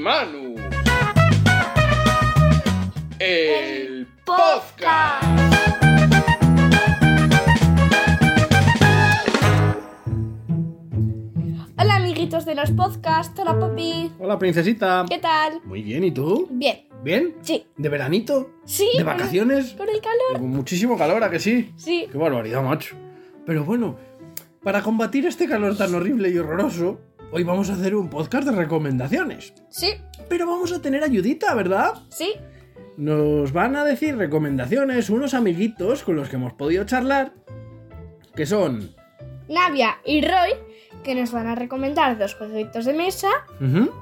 Manu. El podcast. Hola amiguitos de los podcasts, hola papi. Hola, princesita. ¿Qué tal? Muy bien, ¿y tú? Bien, ¿Bien? sí. ¿De veranito? Sí. ¿De con- vacaciones? Con el calor. Con muchísimo calor, ¿a que sí? Sí. Qué barbaridad, macho. Pero bueno, para combatir este calor tan horrible y horroroso, hoy vamos a hacer un podcast de recomendaciones. Sí. Pero vamos a tener ayudita, ¿verdad? Sí. Nos van a decir recomendaciones unos amiguitos con los que hemos podido charlar, que son... Navia y Roy, que nos van a recomendar dos jueguitos de mesa. Ujú.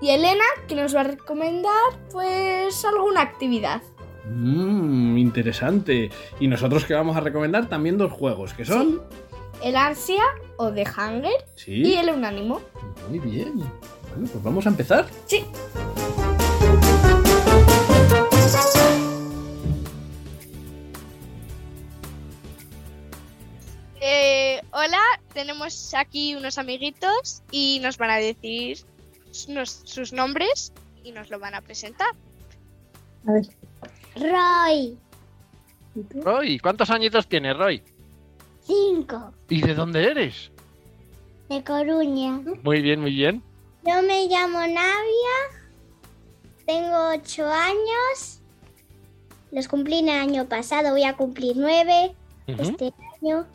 Y Elena, que nos va a recomendar, pues, alguna actividad. Mmm, interesante. Y nosotros que vamos a recomendar también dos juegos, que son... El ansia o The Hunger Sí. y el unánimo. Muy bien. Bueno, pues vamos a empezar. Sí. Eh, hola, tenemos aquí unos amiguitos y nos van a decir nos- sus nombres y nos lo van a presentar. Roy, Roy, ¿cuántos añitos tienes, Roy? 5, ¿Y de dónde eres? de Coruña. Muy bien, muy bien. Yo me llamo Navia, tengo 8 años, los cumplí el año pasado, voy a cumplir 9 Ujú. este año.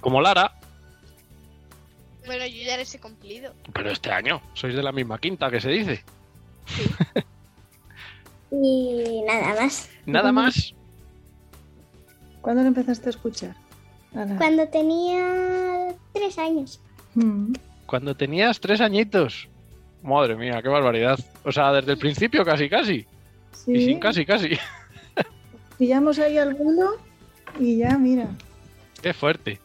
Como Lara, Bueno, yo ya les he cumplido. pero este año. Sois de la misma quinta que se dice. Y nada más. Nada más. ¿Cuándo lo empezaste a escuchar? Ala. Cuando tenía 3 años. Mm. Cuando tenías tres añitos. Madre mía, qué barbaridad. O sea, desde el principio casi, casi. Sí. Y sin casi, casi. Pillamos ahí alguno y ya, mira. qué fuerte.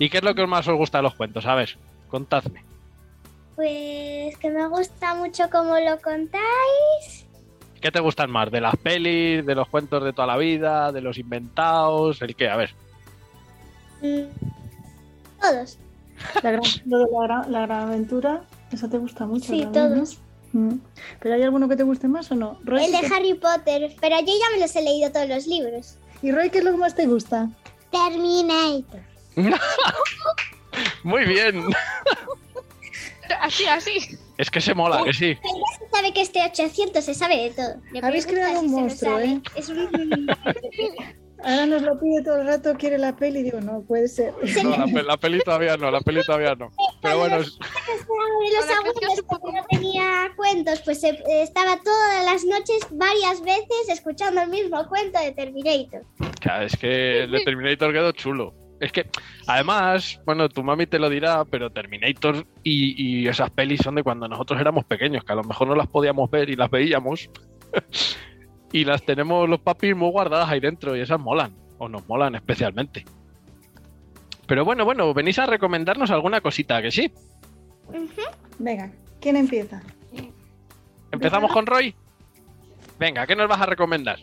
¿Y qué es lo que más os gusta de los cuentos? A ver, contadme. Pues que me gusta mucho cómo lo contáis. ¿Qué te gustan más? ¿De las pelis? ¿De los cuentos de toda la vida? ¿De los inventados? ¿El qué? A ver. Mm, Todos. La gran, lo de la, gran- la gran aventura, eso te gusta mucho. Sí, también, ¿no? todos. Mm. ¿Pero hay alguno que te guste más o no? Roy, El de ¿qué- Harry Potter, pero yo ya me los he leído todos los libros. ¿Y Roy qué es lo que más te gusta? Terminator. Muy bien. Así, así. Es que se mola, que sí. sabe que este 800 se sabe de todo. Le Habéis preguntas creado un y se lo monstruo, sabe. ¿eh? Es un... Ahora nos lo pide todo el rato, quiere la peli. Digo, no, puede ser. No, la, pe- la peli todavía no, la peli todavía no. Pero bueno, es- Pues, de los Ahora creo que es abuelos un poco cuando no tenía cuentos, pues se- eh, estaba todas las noches varias veces escuchando el mismo cuento de Terminator. claro, es que el de Terminator quedó chulo. Es que, además, bueno, tu mami te lo dirá, pero Terminator y, y esas pelis son de cuando nosotros éramos pequeños, que a lo mejor no las podíamos ver y las veíamos. y las tenemos los papis muy guardadas ahí dentro y esas molan, o nos molan especialmente. Pero bueno, bueno, venís a recomendarnos alguna cosita, que sí. Venga, ¿quién empieza? Empezamos con Roy. Venga, ¿qué nos vas a recomendar?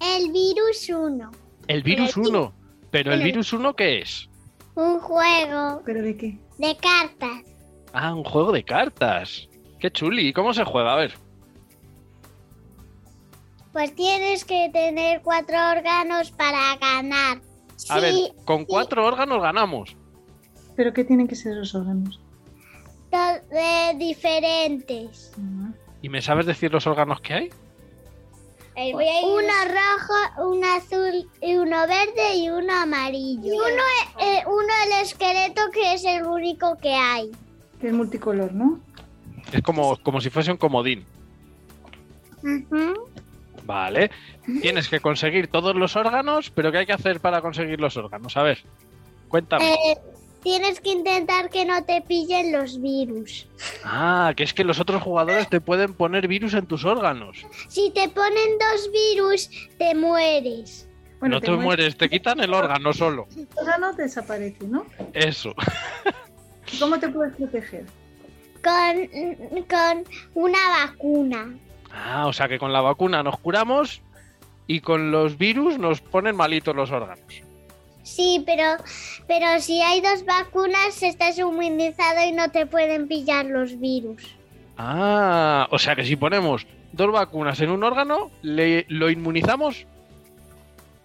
El Virus 1. El Virus 1. ¿Pero el Virus 1 qué es? Un juego ¿Pero de qué? de cartas. Ah, un juego de cartas. Qué chuli. ¿Y cómo se juega? A ver. Pues tienes que tener cuatro órganos para ganar. A ver, con cuatro órganos ganamos. ¿Pero qué tienen que ser los órganos? diferentes. ¿Y me sabes decir los órganos que hay? Uno Pues rojo, uno azul y uno verde y uno amarillo. Y uno, eh, uno el esqueleto que es el único que hay. Que es multicolor, ¿no? Es como, como si fuese un comodín. Eh, Vale. Tienes que conseguir todos los órganos, pero ¿qué hay que hacer para conseguir los órganos? A ver. Cuéntame. Eh, tienes que intentar que no te pillen los virus. Ah, que es que los otros jugadores te pueden poner virus en tus órganos. Si te ponen dos virus, te mueres. no te mueres, te quitan el órgano solo. El órgano desaparece, ¿no? Eso. ¿Y cómo te puedes proteger? Con, con una vacuna. Ah, o sea que con la vacuna nos curamos y con los virus nos ponen malitos los órganos. Sí, pero, pero si hay dos vacunas, estás inmunizado y no te pueden pillar los virus. Ah, o sea que si ponemos dos vacunas en un órgano, le, lo inmunizamos.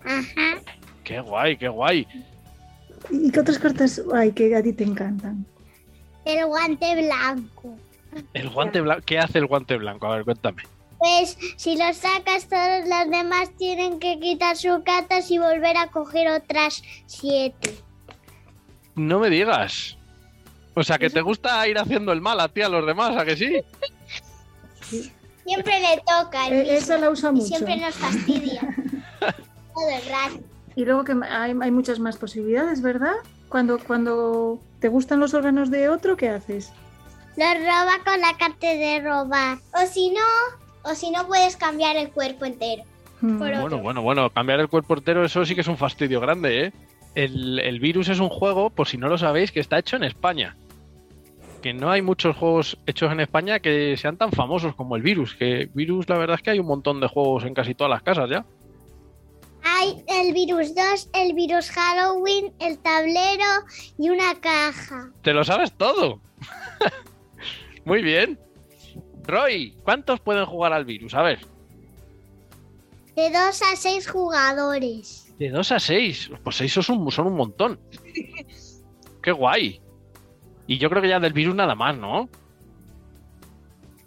Ajá. Qué guay, qué guay. ¿Y qué otras cartas hay que a ti te encantan? El guante blanco. El guante blanco. ¿Qué hace el guante blanco? A ver, cuéntame. Pues si lo sacas, todos los demás tienen que quitar sus cartas y volver a coger otras siete. No me digas. O sea que te gusta ir haciendo el mal a ti a los demás, ¿a que sí? Siempre le toca el Eh, mismo Esa la usa y mucho. siempre nos fastidia. Todo el rato. Y luego que hay, hay muchas más posibilidades, ¿verdad? Cuando, cuando te gustan los órganos de otro, ¿qué haces? Lo roba con la carta de robar. O si no, o si no puedes cambiar el cuerpo entero. Mm. Por Bueno, otro. bueno, bueno, cambiar el cuerpo entero, eso sí que es un fastidio grande, ¿eh? El, el virus es un juego, por si no lo sabéis, que está hecho en España. Que no hay muchos juegos hechos en España que sean tan famosos como el virus. Que virus, la verdad es que hay un montón de juegos en casi todas las casas ya. Hay el virus 2, el virus Halloween, el tablero y una caja. Te lo sabes todo. Muy bien. Roy, ¿cuántos pueden jugar al virus? A ver, De 2 a 6 jugadores. de 2 a 6. Pues 6 son un, son un montón. Qué guay. Y yo creo que ya del virus nada más, ¿no?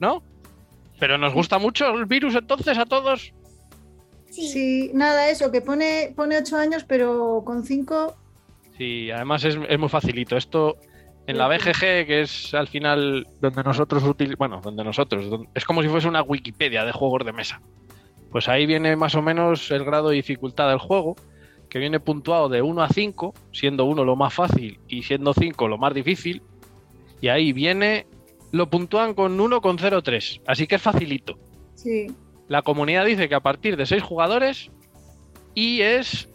¿No? Pero nos gusta mucho el virus entonces a todos. Sí. Sí, nada, eso, que pone, pone 8 años, pero con 5 Sí, además es, es muy facilito. Esto en la BGG, que es al final donde nosotros utilizamos, bueno, donde nosotros, don- es como si fuese una Wikipedia de juegos de mesa. Pues ahí viene más o menos el grado de dificultad del juego, que viene puntuado de 1 a 5, siendo 1 lo más fácil y siendo 5 lo más difícil. Y ahí viene, lo puntúan con 1,03, así que es facilito. Sí, La comunidad dice que a partir de 6 jugadores y es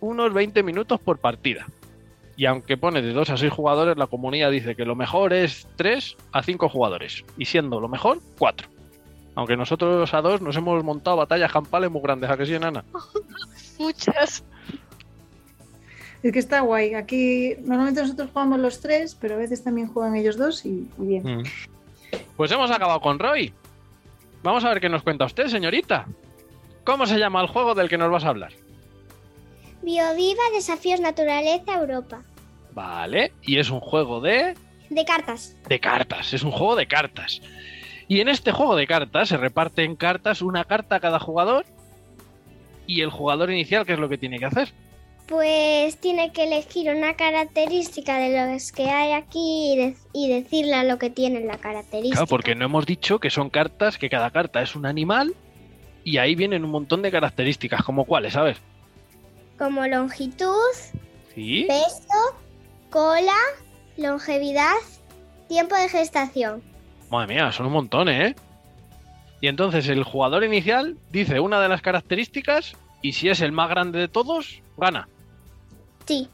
unos 20 minutos por partida. Y aunque pone de 2 a 6 jugadores, la comunidad dice que lo mejor es 3 a 5 jugadores. Y siendo lo mejor, 4. Aunque nosotros a 2 nos hemos montado batallas campales muy grandes, ¿a que sí, Nana? Muchas. es que está guay. Aquí normalmente nosotros jugamos los tres, pero a veces también juegan ellos dos y, y bien. Pues hemos acabado con Roy. Vamos a ver qué nos cuenta usted, señorita. ¿Cómo se llama el juego del que nos vas a hablar? Bioviva, desafíos naturaleza Europa. Vale, y es un juego de... De cartas. de cartas, es un juego de cartas. Y en este juego de cartas se reparten cartas, una carta a cada jugador y el jugador inicial, ¿qué es lo que tiene que hacer? Pues tiene que elegir una característica de los que hay aquí y, de- y decirle lo que tiene la característica. Claro, porque no hemos dicho que son cartas, que cada carta es un animal y ahí vienen un montón de características, como cuáles, a ver. Como longitud, Sí, peso, cola, longevidad, tiempo de gestación. madre mía, son un montón, ¿eh? Y entonces el jugador inicial dice una de las características y si es el más grande de todos, gana. Sí.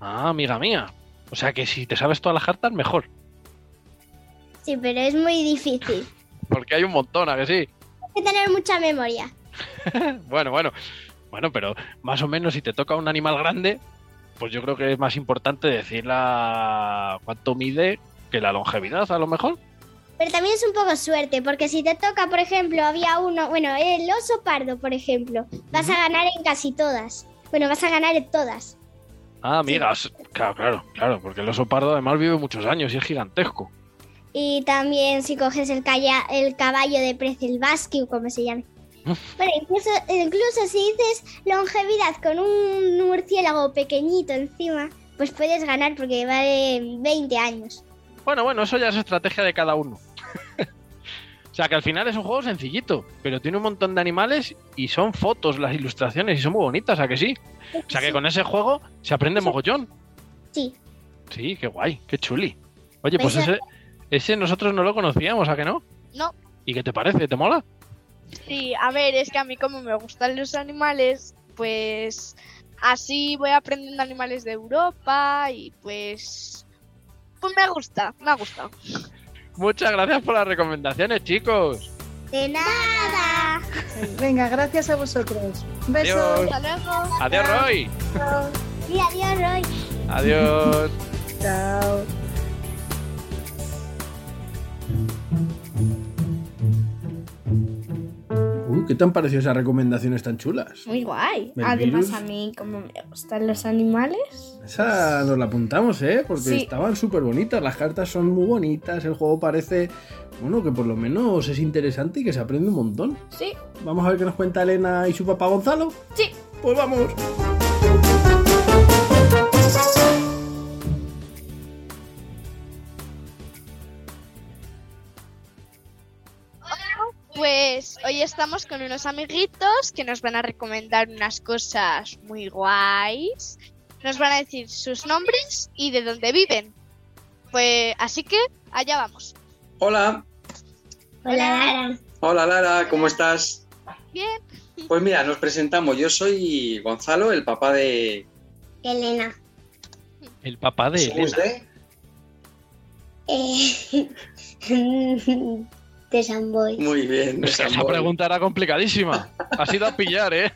Ah, amiga mía. O sea que si te sabes todas las cartas, mejor. Sí, pero es muy difícil. Porque hay un montón, ¿a que sí? Hay que tener mucha memoria. Bueno, bueno. Bueno, pero más o menos si te toca un animal grande, pues yo creo que es más importante decir la cuánto mide que la longevidad, a lo mejor. Pero también es un poco suerte, porque si te toca, por ejemplo, había uno, bueno, el oso pardo, por ejemplo, vas a ganar en casi todas. Bueno, vas a ganar en todas. Ah, amigas. Claro, claro, claro, porque el oso pardo además vive muchos años y es gigantesco. Y también si coges el, calla- el caballo de Prezelbaski, o como se llame. Bueno, incluso, incluso si dices longevidad con un murciélago pequeñito encima, pues puedes ganar porque vale 20 años. Bueno, bueno, eso ya es estrategia de cada uno. o sea que al final es un juego sencillito, pero tiene un montón de animales y son fotos las ilustraciones y son muy bonitas, ¿a que sí? O sea que con ese juego se aprende mogollón. Sí. Sí, qué guay, qué chuli. Oye, pues Eso- ese, ese nosotros no lo conocíamos, ¿a que no? No. ¿Y qué te parece? ¿Te mola? Sí, a ver, es que a mí como me gustan los animales, pues así voy aprendiendo animales de Europa y pues... Pues me gusta, me ha gustado. Muchas gracias por las recomendaciones, chicos. De nada. Venga, gracias a vosotros. Besos. Adiós. Hasta luego. Adiós, Roy. Y adiós, Roy. Adiós. Chao. tú, ¿qué te han parecido esas recomendaciones tan chulas? Muy guay. ¿El Además, virus? a mí, como me gustan los animales. Esa nos la apuntamos, ¿eh? Porque Sí. estaban súper bonitas, las cartas son muy bonitas, el juego parece, bueno, que por lo menos es interesante y que se aprende un montón. Sí, Vamos a ver qué nos cuenta Elena y su papá Gonzalo. sí. Pues vamos. Pues hoy estamos con unos amiguitos que nos van a recomendar unas cosas muy guays. Nos van a decir sus nombres y de dónde viven. Pues así que allá vamos. Hola, Hola, Lara. hola Lara, ¿cómo estás? Bien. Pues mira, nos presentamos. Yo soy Gonzalo, el papá de. Elena. El papá de ¿Somos Elena. de? Eh, de San Boy. Muy bien. Es que esa Samboy. pregunta era complicadísima. Ha sido a pillar, ¿eh?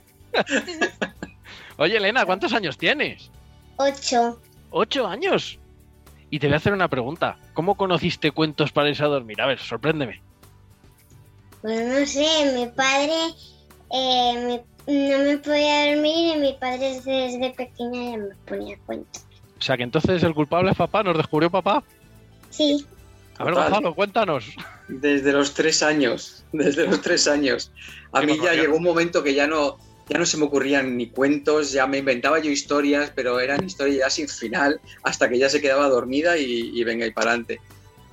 Oye, Elena, ¿cuántos años tienes? Ocho. ¿Ocho años? Y te voy a hacer una pregunta. ¿Cómo conociste cuentos para irse a dormir? A ver, sorpréndeme. Bueno, no sé, mi padre eh, me- no me podía dormir y mi padre desde pequeña ya me ponía cuenta. O sea, que entonces el culpable es papá, nos descubrió papá. Sí. A ver, Total. Gonzalo, cuéntanos. Desde los tres años, desde los tres años. A Qué mí ya barbaridad. llegó un momento que ya no, ya no se me ocurrían ni cuentos, ya me inventaba yo historias, pero eran historias ya sin final, hasta que ya se quedaba dormida y, y venga y para adelante.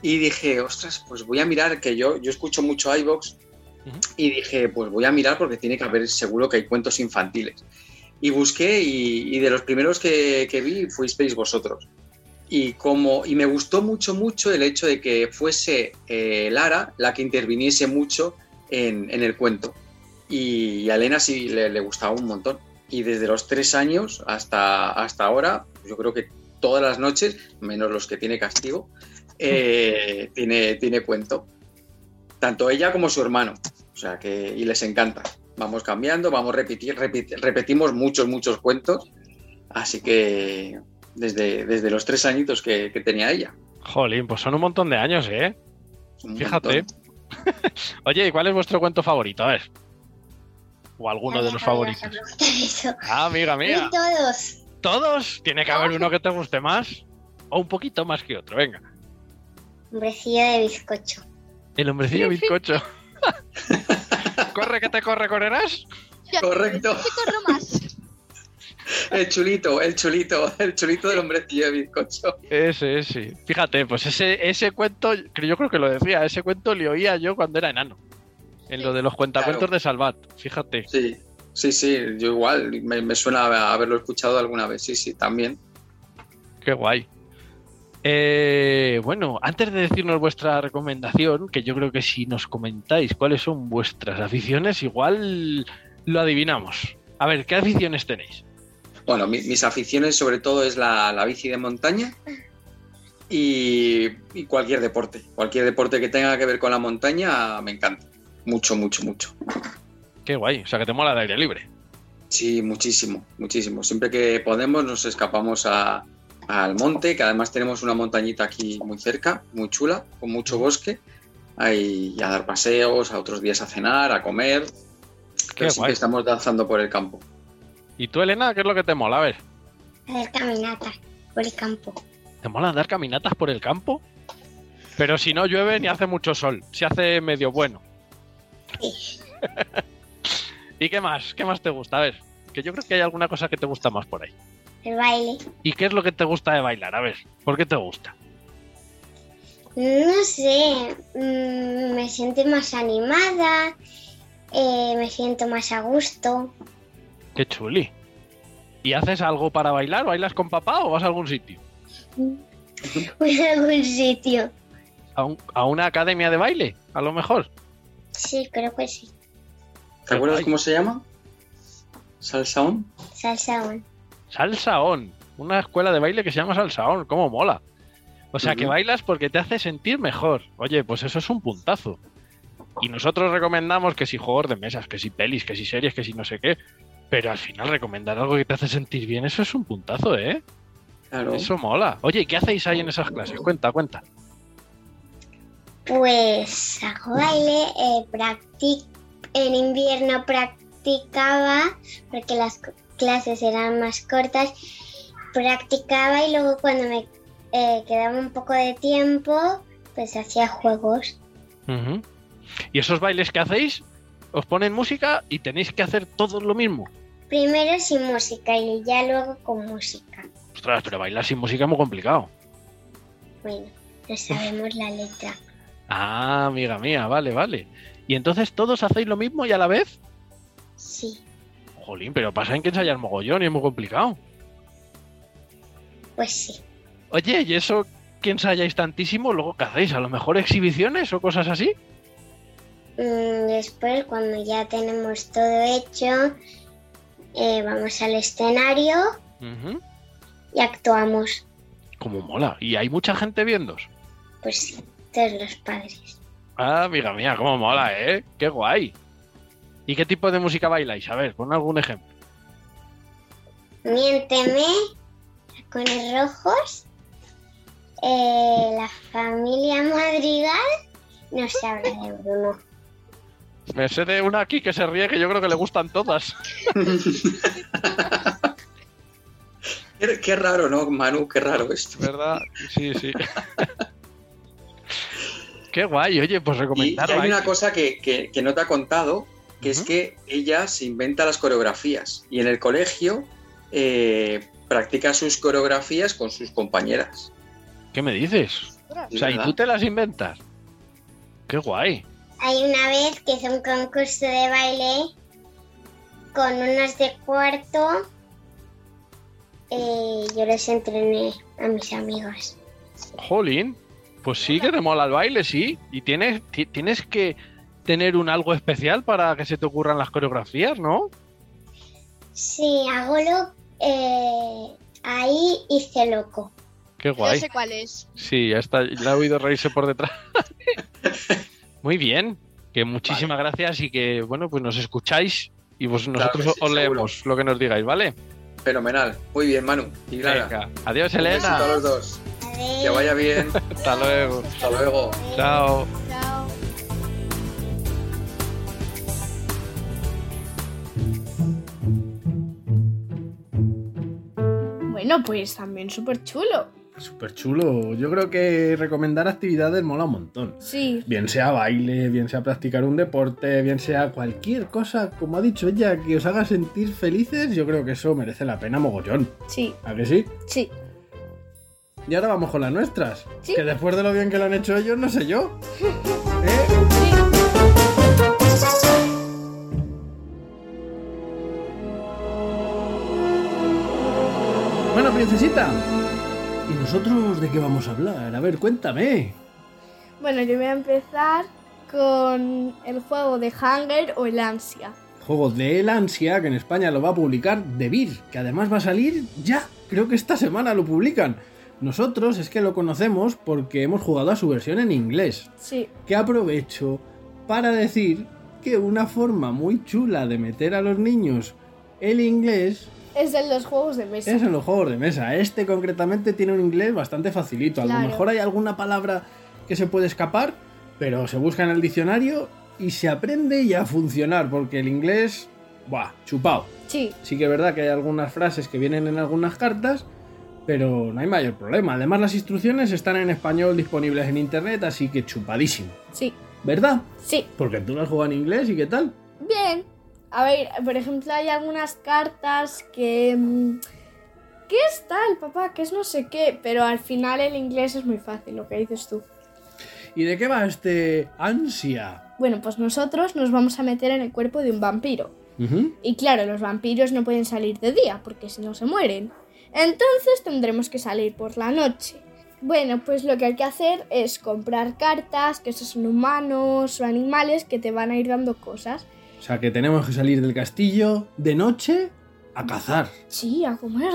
Y dije, ostras, pues voy a mirar, que yo, yo escucho mucho iBox Ujú. y dije, pues voy a mirar porque tiene que haber seguro que hay cuentos infantiles. Y busqué y, y de los primeros que, que vi fuisteis vosotros. Y, como, y me gustó mucho, mucho el hecho de que fuese eh, Lara la que interviniese mucho en, en el cuento. Y, a Elena sí le, le gustaba un montón. Y desde los tres años hasta, hasta ahora, pues yo creo que todas las noches, menos los que tiene castigo, eh, tiene, tiene cuento. Tanto ella como su hermano. O sea que, y les encanta. Vamos cambiando, vamos a repetir, repit- repetimos muchos, muchos cuentos. Así que desde, desde los tres añitos que, que tenía ella. Jolín, pues son un montón de años, ¿eh? Un Fíjate. montón. Oye, ¿y cuál es vuestro cuento favorito? A ver. O alguno de los favoritos. Eso. Ah, amiga mía. Y todos. ¿Todos? Tiene que haber uno que te guste más. O un poquito más que otro, venga. Hombrecillo de bizcocho. El hombrecillo bizcocho. corre que te corre, correrás. Ya- Correcto. Sí, corro más. El chulito, el chulito, el chulito del hombrecillo de bizcocho. Ese, ese. Fíjate, pues ese, ese cuento, que yo creo que lo decía, ese cuento le oía yo cuando era enano. En lo de los cuentacuentos Claro. de Salvat, fíjate. Sí, sí, sí, yo igual, me, me suena a haberlo escuchado alguna vez, sí, sí, también. Qué guay. Eh, bueno, antes de decirnos vuestra recomendación, que yo creo que si nos comentáis cuáles son vuestras aficiones, igual lo adivinamos. A ver, ¿qué aficiones tenéis? Bueno, mi- mis aficiones sobre todo es la, la bici de montaña y, y cualquier deporte. Cualquier deporte que tenga que ver con la montaña me encanta. Mucho, mucho, mucho. Qué guay, o sea que te mola el aire libre. Sí, muchísimo, muchísimo. Siempre que podemos nos escapamos a- al monte, que además tenemos una montañita aquí muy cerca, muy chula, con mucho bosque. Ahí a dar paseos, a otros días a cenar, a comer. Qué Pero siempre guay. estamos danzando por el campo. ¿Y tú, Elena, qué es lo que te mola? A ver, Hacer caminata por el campo. ¿te mola dar caminatas por el campo? Pero si no llueve ni hace mucho sol, si hace medio bueno. ¿Y qué más? ¿Qué más te gusta? A ver, que yo creo que hay alguna cosa que te gusta más por ahí. El baile. ¿Y qué es lo que te gusta de bailar? A ver, ¿por qué te gusta? No sé. mm, me siento más animada. eh, me siento más a gusto. Qué chuli. ¿Y haces algo para bailar? ¿Bailas con papá o vas a algún sitio? Voy a algún sitio. ¿A, un- a una academia de baile? A lo mejor. Sí, creo que sí. ¿Te acuerdas guay. cómo se llama? Salsaón. Salsa aún. Salsaón. Una escuela de baile que se llama Salsaón. ¿Cómo mola? O sea, que Ujú. bailas porque te hace sentir mejor. Oye, pues eso es un puntazo. Y nosotros recomendamos que si juegos de mesas, que si pelis, que si series, que si no sé qué. Pero al final recomendar algo que te hace sentir bien, eso es un puntazo, ¿eh? Claro. Eso mola. Oye, ¿y qué hacéis ahí en esas clases? Cuenta, cuenta. Pues hago baile, eh, practic- practico, en invierno practicaba, porque las c- clases eran más cortas, practicaba y luego cuando me eh, quedaba un poco de tiempo, pues hacía juegos. Ujú. Y esos bailes que hacéis, os ponen música y tenéis que hacer todos lo mismo. Primero sin música y ya luego con música. Ostras, pero bailar sin música es muy complicado. Bueno, no sabemos la letra. Ah, amiga mía, vale, vale. Y entonces todos hacéis lo mismo y a la vez. Sí, Jolín, pero pasa en que ensayar mogollón y es muy complicado. pues sí. Oye, ¿y eso que ensayáis tantísimo, luego qué hacéis? ¿A lo mejor exhibiciones o cosas así? Mm, Después, cuando ya tenemos todo hecho, eh, vamos al escenario Ujú. y actuamos. Como mola. Y hay mucha gente viéndos. Pues sí, todos los padres. Ah, amiga mía, cómo mola, ¿eh? Qué guay. ¿Y qué tipo de música bailáis? A ver, pon algún ejemplo. Miénteme, tacones rojos, eh, la familia Madrigal, no se habla de Bruno. Me sé de una aquí que se ríe que yo creo que le gustan todas. Qué, qué raro, ¿no, Manu? Qué raro esto. ¿Verdad? Sí, sí. Qué guay, oye, pues Y, y recomendar hay bailes. una cosa que, que- que no te ha contado, que es Ujú. que ella se inventa las coreografías y en el colegio eh, practica sus coreografías con sus compañeras. ¿Qué me dices? O sea, ¿y ¿Verdad? tú te las inventas? Qué guay. Hay una vez que hice un concurso de baile con unas de cuarto. eh, yo les entrené a mis amigos. Jolín, pues sí que te mola el baile, sí. Y tienes, ti- tienes que tener un algo especial para que se te ocurran las coreografías, ¿no? Sí, hago lo. eh, ahí hice loco. Qué Yo guay. sé cuál es. Sí, ya está, la he oído reírse por detrás. Muy bien, que muchísimas gracias y que, bueno, pues nos escucháis y pues nosotros que sí, os seguro. leemos lo que nos digáis, ¿vale? Fenomenal. Muy bien, Manu. Y Clara. Venga, adiós Un besito a Elena, los dos. A ver. Que vaya bien. hasta luego, Hasta luego. chao. Chao. Bueno, pues también súper chulo. Súper chulo. Yo creo que recomendar actividades mola un montón. Sí, Bien sea baile, bien sea practicar un deporte, bien sea cualquier cosa, como ha dicho ella, que os haga sentir felices, yo creo que eso merece la pena mogollón. sí, ¿A que sí? sí. Y ahora vamos con las nuestras. Sí. Que después de lo bien que lo han hecho ellos, no sé yo. ¿Eh? Bueno, princesita. ¿Y nosotros de qué vamos a hablar? A ver, cuéntame. Bueno, yo voy a empezar con el juego de Hunger o el ansia. Juego del ansia, que en España lo va a publicar Debir, que además va a salir ya. Creo que esta semana lo publican. Nosotros es que lo conocemos porque hemos jugado a su versión en inglés. Sí, que aprovecho para decir que una forma muy chula de meter a los niños el inglés es de los juegos de mesa. es en los juegos de mesa. Este concretamente tiene un inglés bastante facilito. A Claro. lo mejor hay alguna palabra que se puede escapar, pero se busca en el diccionario y se aprende y a funcionar, porque el inglés, buah, chupao. Sí, Sí que es verdad que hay algunas frases que vienen en algunas cartas, pero no hay mayor problema. Además las instrucciones están en español disponibles en internet, así que chupadísimo. sí, ¿Verdad? sí. Porque tú las juegas en inglés y qué tal. Bien. A ver, por ejemplo, hay algunas cartas que... mm, ¿Qué es tal, papá? ¿Qué es no sé qué? Pero al final el inglés es muy fácil, lo que dices tú. ¿Y de qué va este ansia? Bueno, pues nosotros nos vamos a meter en el cuerpo de un vampiro. Y claro, los vampiros no pueden salir de día porque si no se mueren. Entonces tendremos que salir por la noche. Bueno, pues lo que hay que hacer es comprar cartas, que esos son humanos o animales que te van a ir dando cosas. O sea que tenemos que salir del castillo de noche a cazar. Sí, a comer.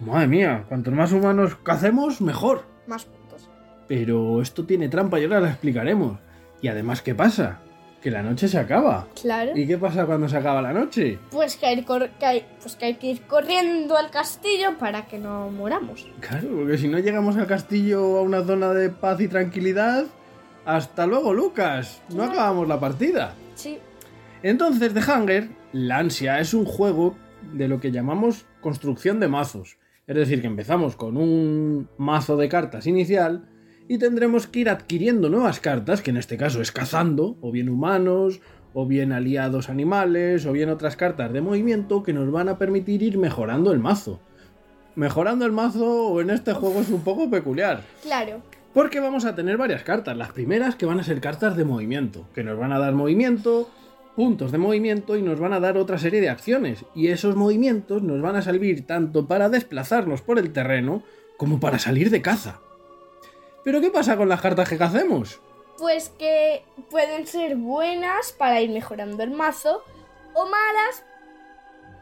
Madre mía, cuantos más humanos cacemos, mejor. Más puntos. Pero esto tiene trampa y ahora la explicaremos. Y además, ¿qué pasa? Que la noche se acaba. Claro. ¿Y qué pasa cuando se acaba la noche? Pues, que hay cor- que hay- pues que hay que ir corriendo al castillo para que no moramos. Claro, porque si no llegamos al castillo a una zona de paz y tranquilidad, hasta luego, Lucas. No acabamos la partida. Sí. Entonces, The Hunger, la ansia, es un juego de lo que llamamos construcción de mazos. Es decir, que empezamos con un mazo de cartas inicial y tendremos que ir adquiriendo nuevas cartas, que en este caso es cazando, o bien humanos, o bien aliados animales, o bien otras cartas de movimiento que nos van a permitir ir mejorando el mazo. Mejorando el mazo en este juego es un poco peculiar. Claro. Porque vamos a tener varias cartas. Las primeras que van a ser cartas de movimiento, que nos van a dar movimiento, puntos de movimiento y nos van a dar otra serie de acciones. Y esos movimientos nos van a servir tanto para desplazarnos por el terreno como para salir de caza. Pero ¿qué pasa con las cartas que cacemos? Pues que pueden ser buenas para ir mejorando el mazo o malas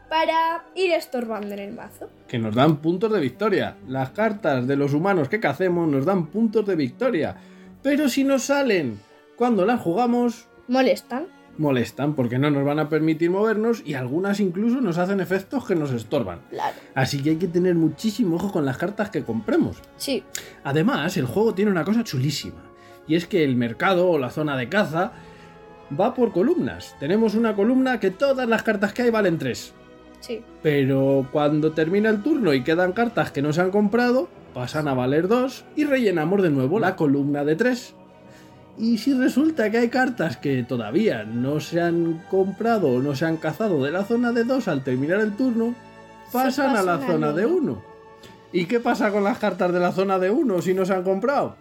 para ir estorbando en el mazo. Que nos dan puntos de victoria. Las cartas de los humanos que cacemos nos dan puntos de victoria. Pero si no salen cuando las jugamos... Molestan. Molestan porque no nos van a permitir movernos y algunas incluso nos hacen efectos que nos estorban. Claro. Así que hay que tener muchísimo ojo con las cartas que compremos. Sí. Además, el juego tiene una cosa chulísima. Y es que el mercado o la zona de caza va por columnas. Tenemos una columna que todas las cartas que hay valen 3. Sí. Pero cuando termina el turno y quedan cartas que no se han comprado, pasan a valer 2 y rellenamos de nuevo la columna de 3. Y si resulta que hay cartas que todavía no se han comprado o no se han cazado de la zona de 2 al terminar el turno, pasan, a la pasan a zona la de 1. ¿Y qué pasa con las cartas de la zona de 1 si no se han comprado?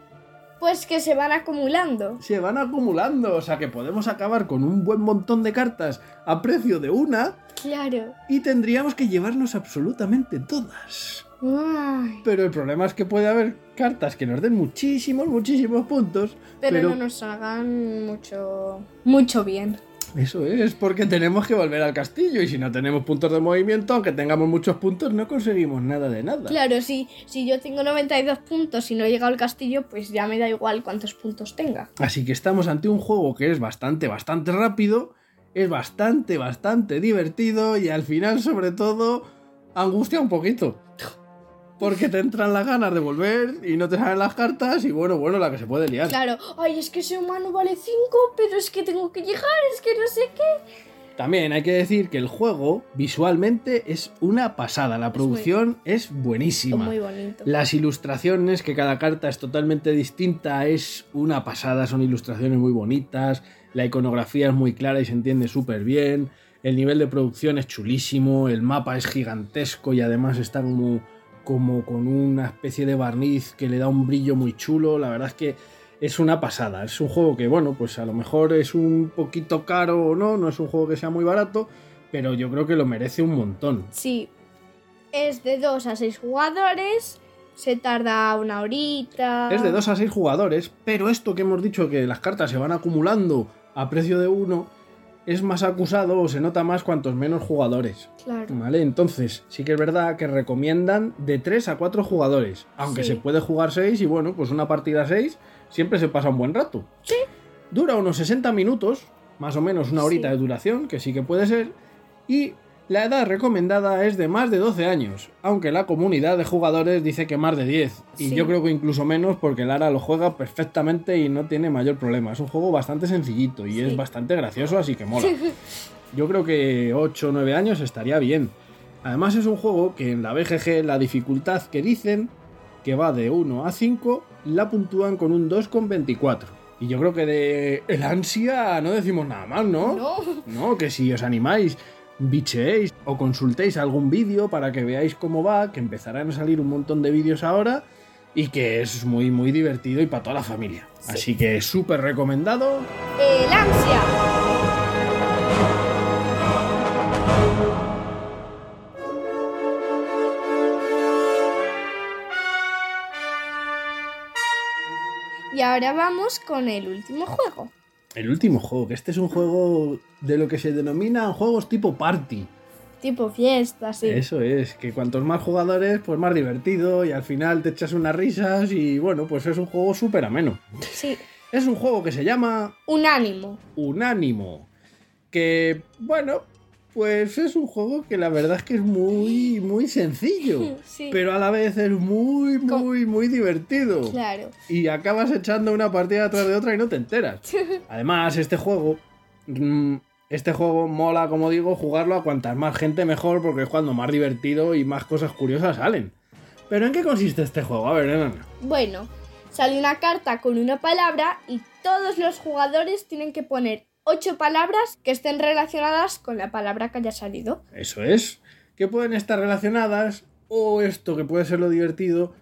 Pues que se van acumulando. se van acumulando. O sea que podemos acabar con un buen montón de cartas a precio de una Claro. y tendríamos que llevarnos absolutamente todas. Ay, Pero el problema es que puede haber cartas que nos den muchísimos, muchísimos puntos. pero, Pero- no nos salgan mucho mucho bien. Eso es, porque tenemos que volver al castillo y si no tenemos puntos de movimiento, aunque tengamos muchos puntos, no conseguimos nada de nada. Claro, si, si yo tengo 92 puntos y no he llegado al castillo, pues ya me da igual cuántos puntos tenga. Así que estamos ante un juego que es bastante, bastante rápido, es bastante, bastante divertido y al final, sobre todo, angustia un poquito. Porque te entran las ganas de volver y no te salen las cartas y bueno, bueno, la que se puede liar. Claro, ay, es que ese humano vale 5, pero es que tengo que llegar, es que no sé qué. También hay que decir que el juego visualmente es una pasada, la producción es buenísima. Muy bonito. Las ilustraciones, que cada carta es totalmente distinta, es una pasada, son ilustraciones muy bonitas, la iconografía es muy clara y se entiende súper bien, el nivel de producción es chulísimo, el mapa es gigantesco y además está como, como con una especie de barniz que le da un brillo muy chulo, la verdad es que es una pasada, es un juego que bueno, pues a lo mejor es un poquito caro o no, no es un juego que sea muy barato, pero yo creo que lo merece un montón. Sí. Es de 2 a 6 jugadores. Se tarda una horita. Es de 2 a 6 jugadores, pero esto que hemos dicho que las cartas se van acumulando a precio de 1 es más acusado o se nota más cuantos menos jugadores. Claro. Vale, entonces sí que es verdad que recomiendan de 3 a 4 jugadores, aunque Sí. se puede jugar 6 y bueno, pues una partida 6 siempre se pasa un buen rato. Sí. Dura unos 60 minutos, más o menos una horita Sí. de duración, que sí que puede ser, y la edad recomendada es de más de 12 años, aunque la comunidad de jugadores dice que más de 10, y Sí. yo creo que incluso menos porque Lara lo juega perfectamente y no tiene mayor problema. Es un juego bastante sencillito y Sí. es bastante gracioso, así que mola. Yo creo que 8 o 9 años estaría bien. Además es un juego que en la BGG la dificultad que dicen, que va de 1 a 5, la puntúan con un 2,24. Y yo creo que de el ansia no decimos nada más, ¿no? No. No, que si os animáis, bicheéis o consultéis algún vídeo para que veáis cómo va, que empezarán a salir un montón de vídeos ahora y que es muy, muy divertido y para toda la familia. Así que súper recomendado. El Eh, ansia. Y ahora vamos con el último juego. El último juego, que este es un juego de lo que se denominan juegos tipo party. Tipo fiesta, sí. Eso es, que cuantos más jugadores, pues más divertido y al final te echas unas risas y bueno, pues es un juego súper ameno. Sí. Es un juego que se llama Unánimo. Unánimo. Que, bueno, pues es un juego que la verdad es que es muy, muy sencillo. Sí. Pero a la vez es muy, Com- muy, muy divertido. Claro. Y acabas echando una partida atrás de otra y no te enteras. Además, este juego mm, Este juego mola, como digo, jugarlo a cuantas más gente mejor, porque es cuando más divertido y más cosas curiosas salen. Pero ¿en qué consiste este juego? A ver, Elena. Bueno, sale una carta con una palabra y todos los jugadores tienen que poner ocho palabras que estén relacionadas con la palabra que haya salido. Eso es. Que pueden estar relacionadas, o esto que puede ser lo divertido,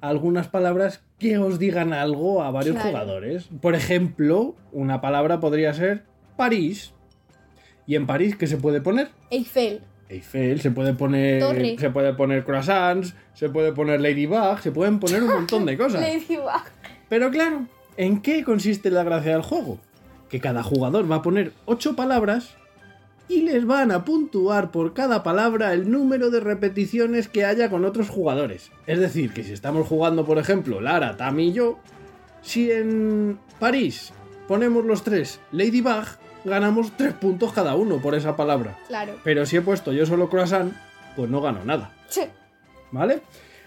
algunas palabras que os digan algo a varios Claro. jugadores. Por ejemplo, una palabra podría ser París. ¿Y en París qué se puede poner? Eiffel. Eiffel, se puede poner. Torre. Se puede poner croissants, se puede poner Ladybug, se pueden poner un montón de cosas. Ladybug. Pero claro, ¿en qué consiste la gracia del juego? Que cada jugador va a poner ocho palabras y les van a puntuar por cada palabra el número de repeticiones que haya con otros jugadores. Es decir, que si estamos jugando, por ejemplo, Lara, Tami y yo, si en París ponemos los tres Ladybug, ganamos tres puntos cada uno por esa palabra. Claro. Pero si he puesto yo solo croissant, pues no gano nada. ¿vale?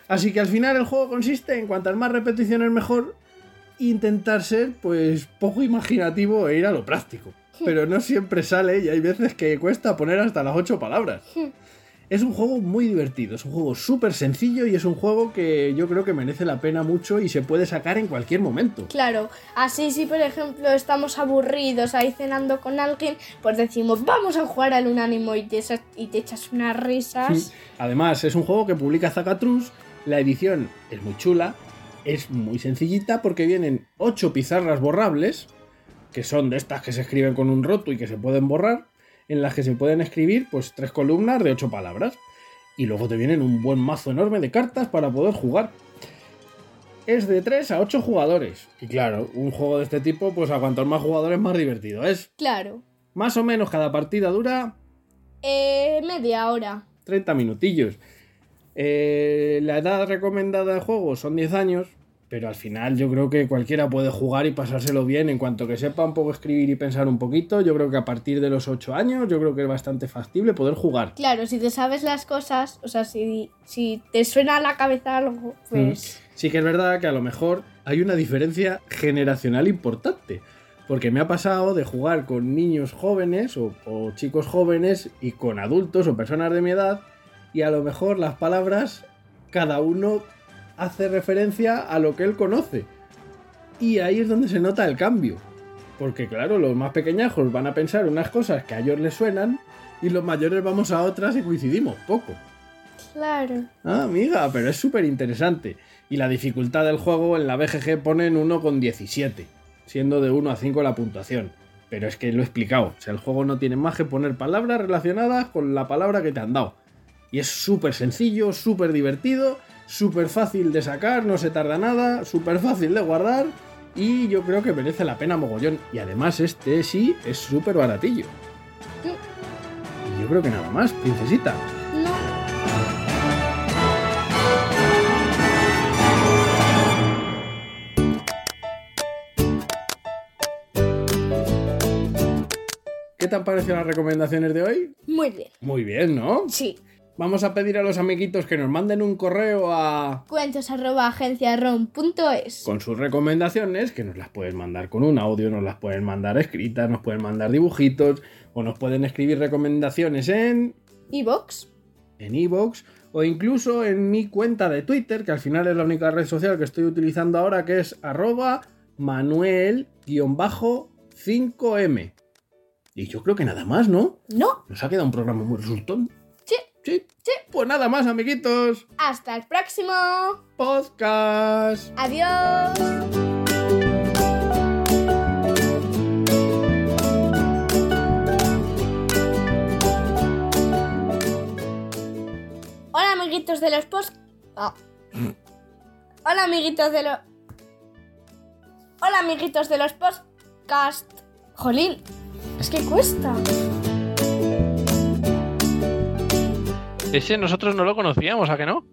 Así que al final el juego consiste en cuantas más repeticiones mejor, intentar ser pues poco imaginativo e ir a lo práctico. Pero no siempre sale y hay veces que cuesta poner hasta las ocho palabras. Es un juego muy divertido, es un juego súper sencillo y es un juego que yo creo que merece la pena mucho y se puede sacar en cualquier momento. Claro, así si por ejemplo estamos aburridos ahí cenando con alguien, pues decimos, vamos a jugar al unánimo y te, esas- y te echas unas risas. Además, es un juego que publica Zacatrus. La edición es muy chula, es muy sencillita porque vienen 8 pizarras borrables, que son de estas que se escriben con un roto y que se pueden borrar, en las que se pueden escribir pues tres columnas de 8 palabras. Y luego te vienen un buen mazo enorme de cartas para poder jugar. Es de 3 a 8 jugadores. Y claro, un juego de este tipo, pues a cuantos más jugadores más divertido es. Claro. Más o menos cada partida dura Eh, media hora. 30 minutillos. Eh, la edad recomendada de juego son 10 años, pero al final yo creo que cualquiera puede jugar y pasárselo bien en cuanto que sepa un poco escribir y pensar un poquito. Yo creo que a partir de los 8 años, yo creo que es bastante factible poder jugar. Claro, si te sabes las cosas, o sea, si, si te suena a la cabeza algo, pues... Sí que es verdad que a lo mejor hay una diferencia generacional importante. Porque me ha pasado de jugar con niños jóvenes o, o chicos jóvenes y con adultos o personas de mi edad. Y a lo mejor las palabras, cada uno hace referencia a lo que él conoce. Y ahí es donde se nota el cambio. Porque claro, los más pequeñajos van a pensar unas cosas que a ellos les suenan y los mayores vamos a otras y coincidimos poco. Claro. Ah, amiga, pero es súper interesante. Y la dificultad del juego en la BGG ponen 1,17, siendo de 1 a 5 la puntuación. Pero es que lo he explicado, o sea, el juego no tiene más que poner palabras relacionadas con la palabra que te han dado. Y es súper sencillo, súper divertido, súper fácil de sacar, no se tarda nada, súper fácil de guardar. Y yo creo que merece la pena mogollón. Y además este sí es súper baratillo. Y yo creo que nada más, princesita. No. ¿Qué te han parecido las recomendaciones de hoy? Muy bien. Muy bien, ¿no? Sí. Vamos a pedir a los amiguitos que nos manden un correo a... Cuentos arroba agenciarom.es. con sus recomendaciones, que nos las pueden mandar con un audio, nos las pueden mandar escritas, nos pueden mandar dibujitos, o nos pueden escribir recomendaciones en Y Vox. en iVoox, o incluso en mi cuenta de Twitter, que al final es la única red social que estoy utilizando ahora, que es arroba manuel-5m. Y yo creo que nada más, ¿no? No. Nos ha quedado un programa muy resultón. Sí. Sí. Sí. Pues nada más, amiguitos. Hasta el próximo. Podcast. Adiós. Hola amiguitos de los post... Ah. Hola amiguitos de los... Hola amiguitos de los podcast. Jolín, es que cuesta. Ese nosotros no lo conocíamos, ¿a que no?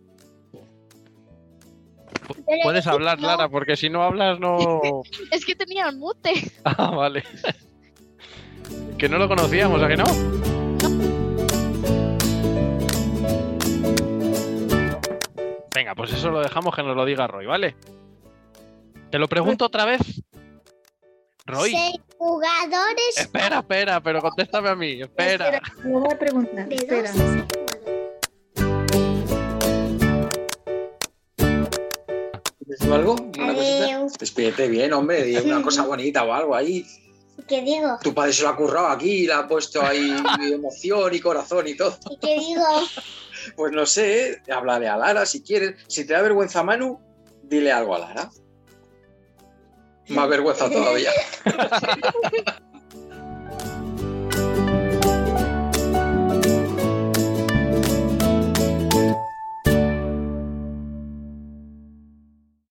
Pu- Pero Puedes yo hablar, no. Lara, porque si no hablas no... Es que tenía un mute. Ah, vale. Que no lo conocíamos, ¿a que no? Venga, pues eso lo dejamos que nos lo diga Roy, ¿vale? Te lo pregunto otra vez. Roy, Seis Jugadores Espera, espera, pero contéstame a mí. Espera. Me voy a preguntar. de Espera. dos. a seis jugadores. ¿Dices tú algo? ¿Una cosita? Adiós. Despídete bien, hombre, di una cosa bonita o algo ahí. ¿Qué digo? Tu padre se lo ha currado aquí, le ha puesto ahí emoción y corazón y todo. ¿Y qué digo? Pues no sé, ¿eh? háblale a Lara si quieres. Si te da vergüenza Manu, dile algo a Lara. Más vergüenza todavía.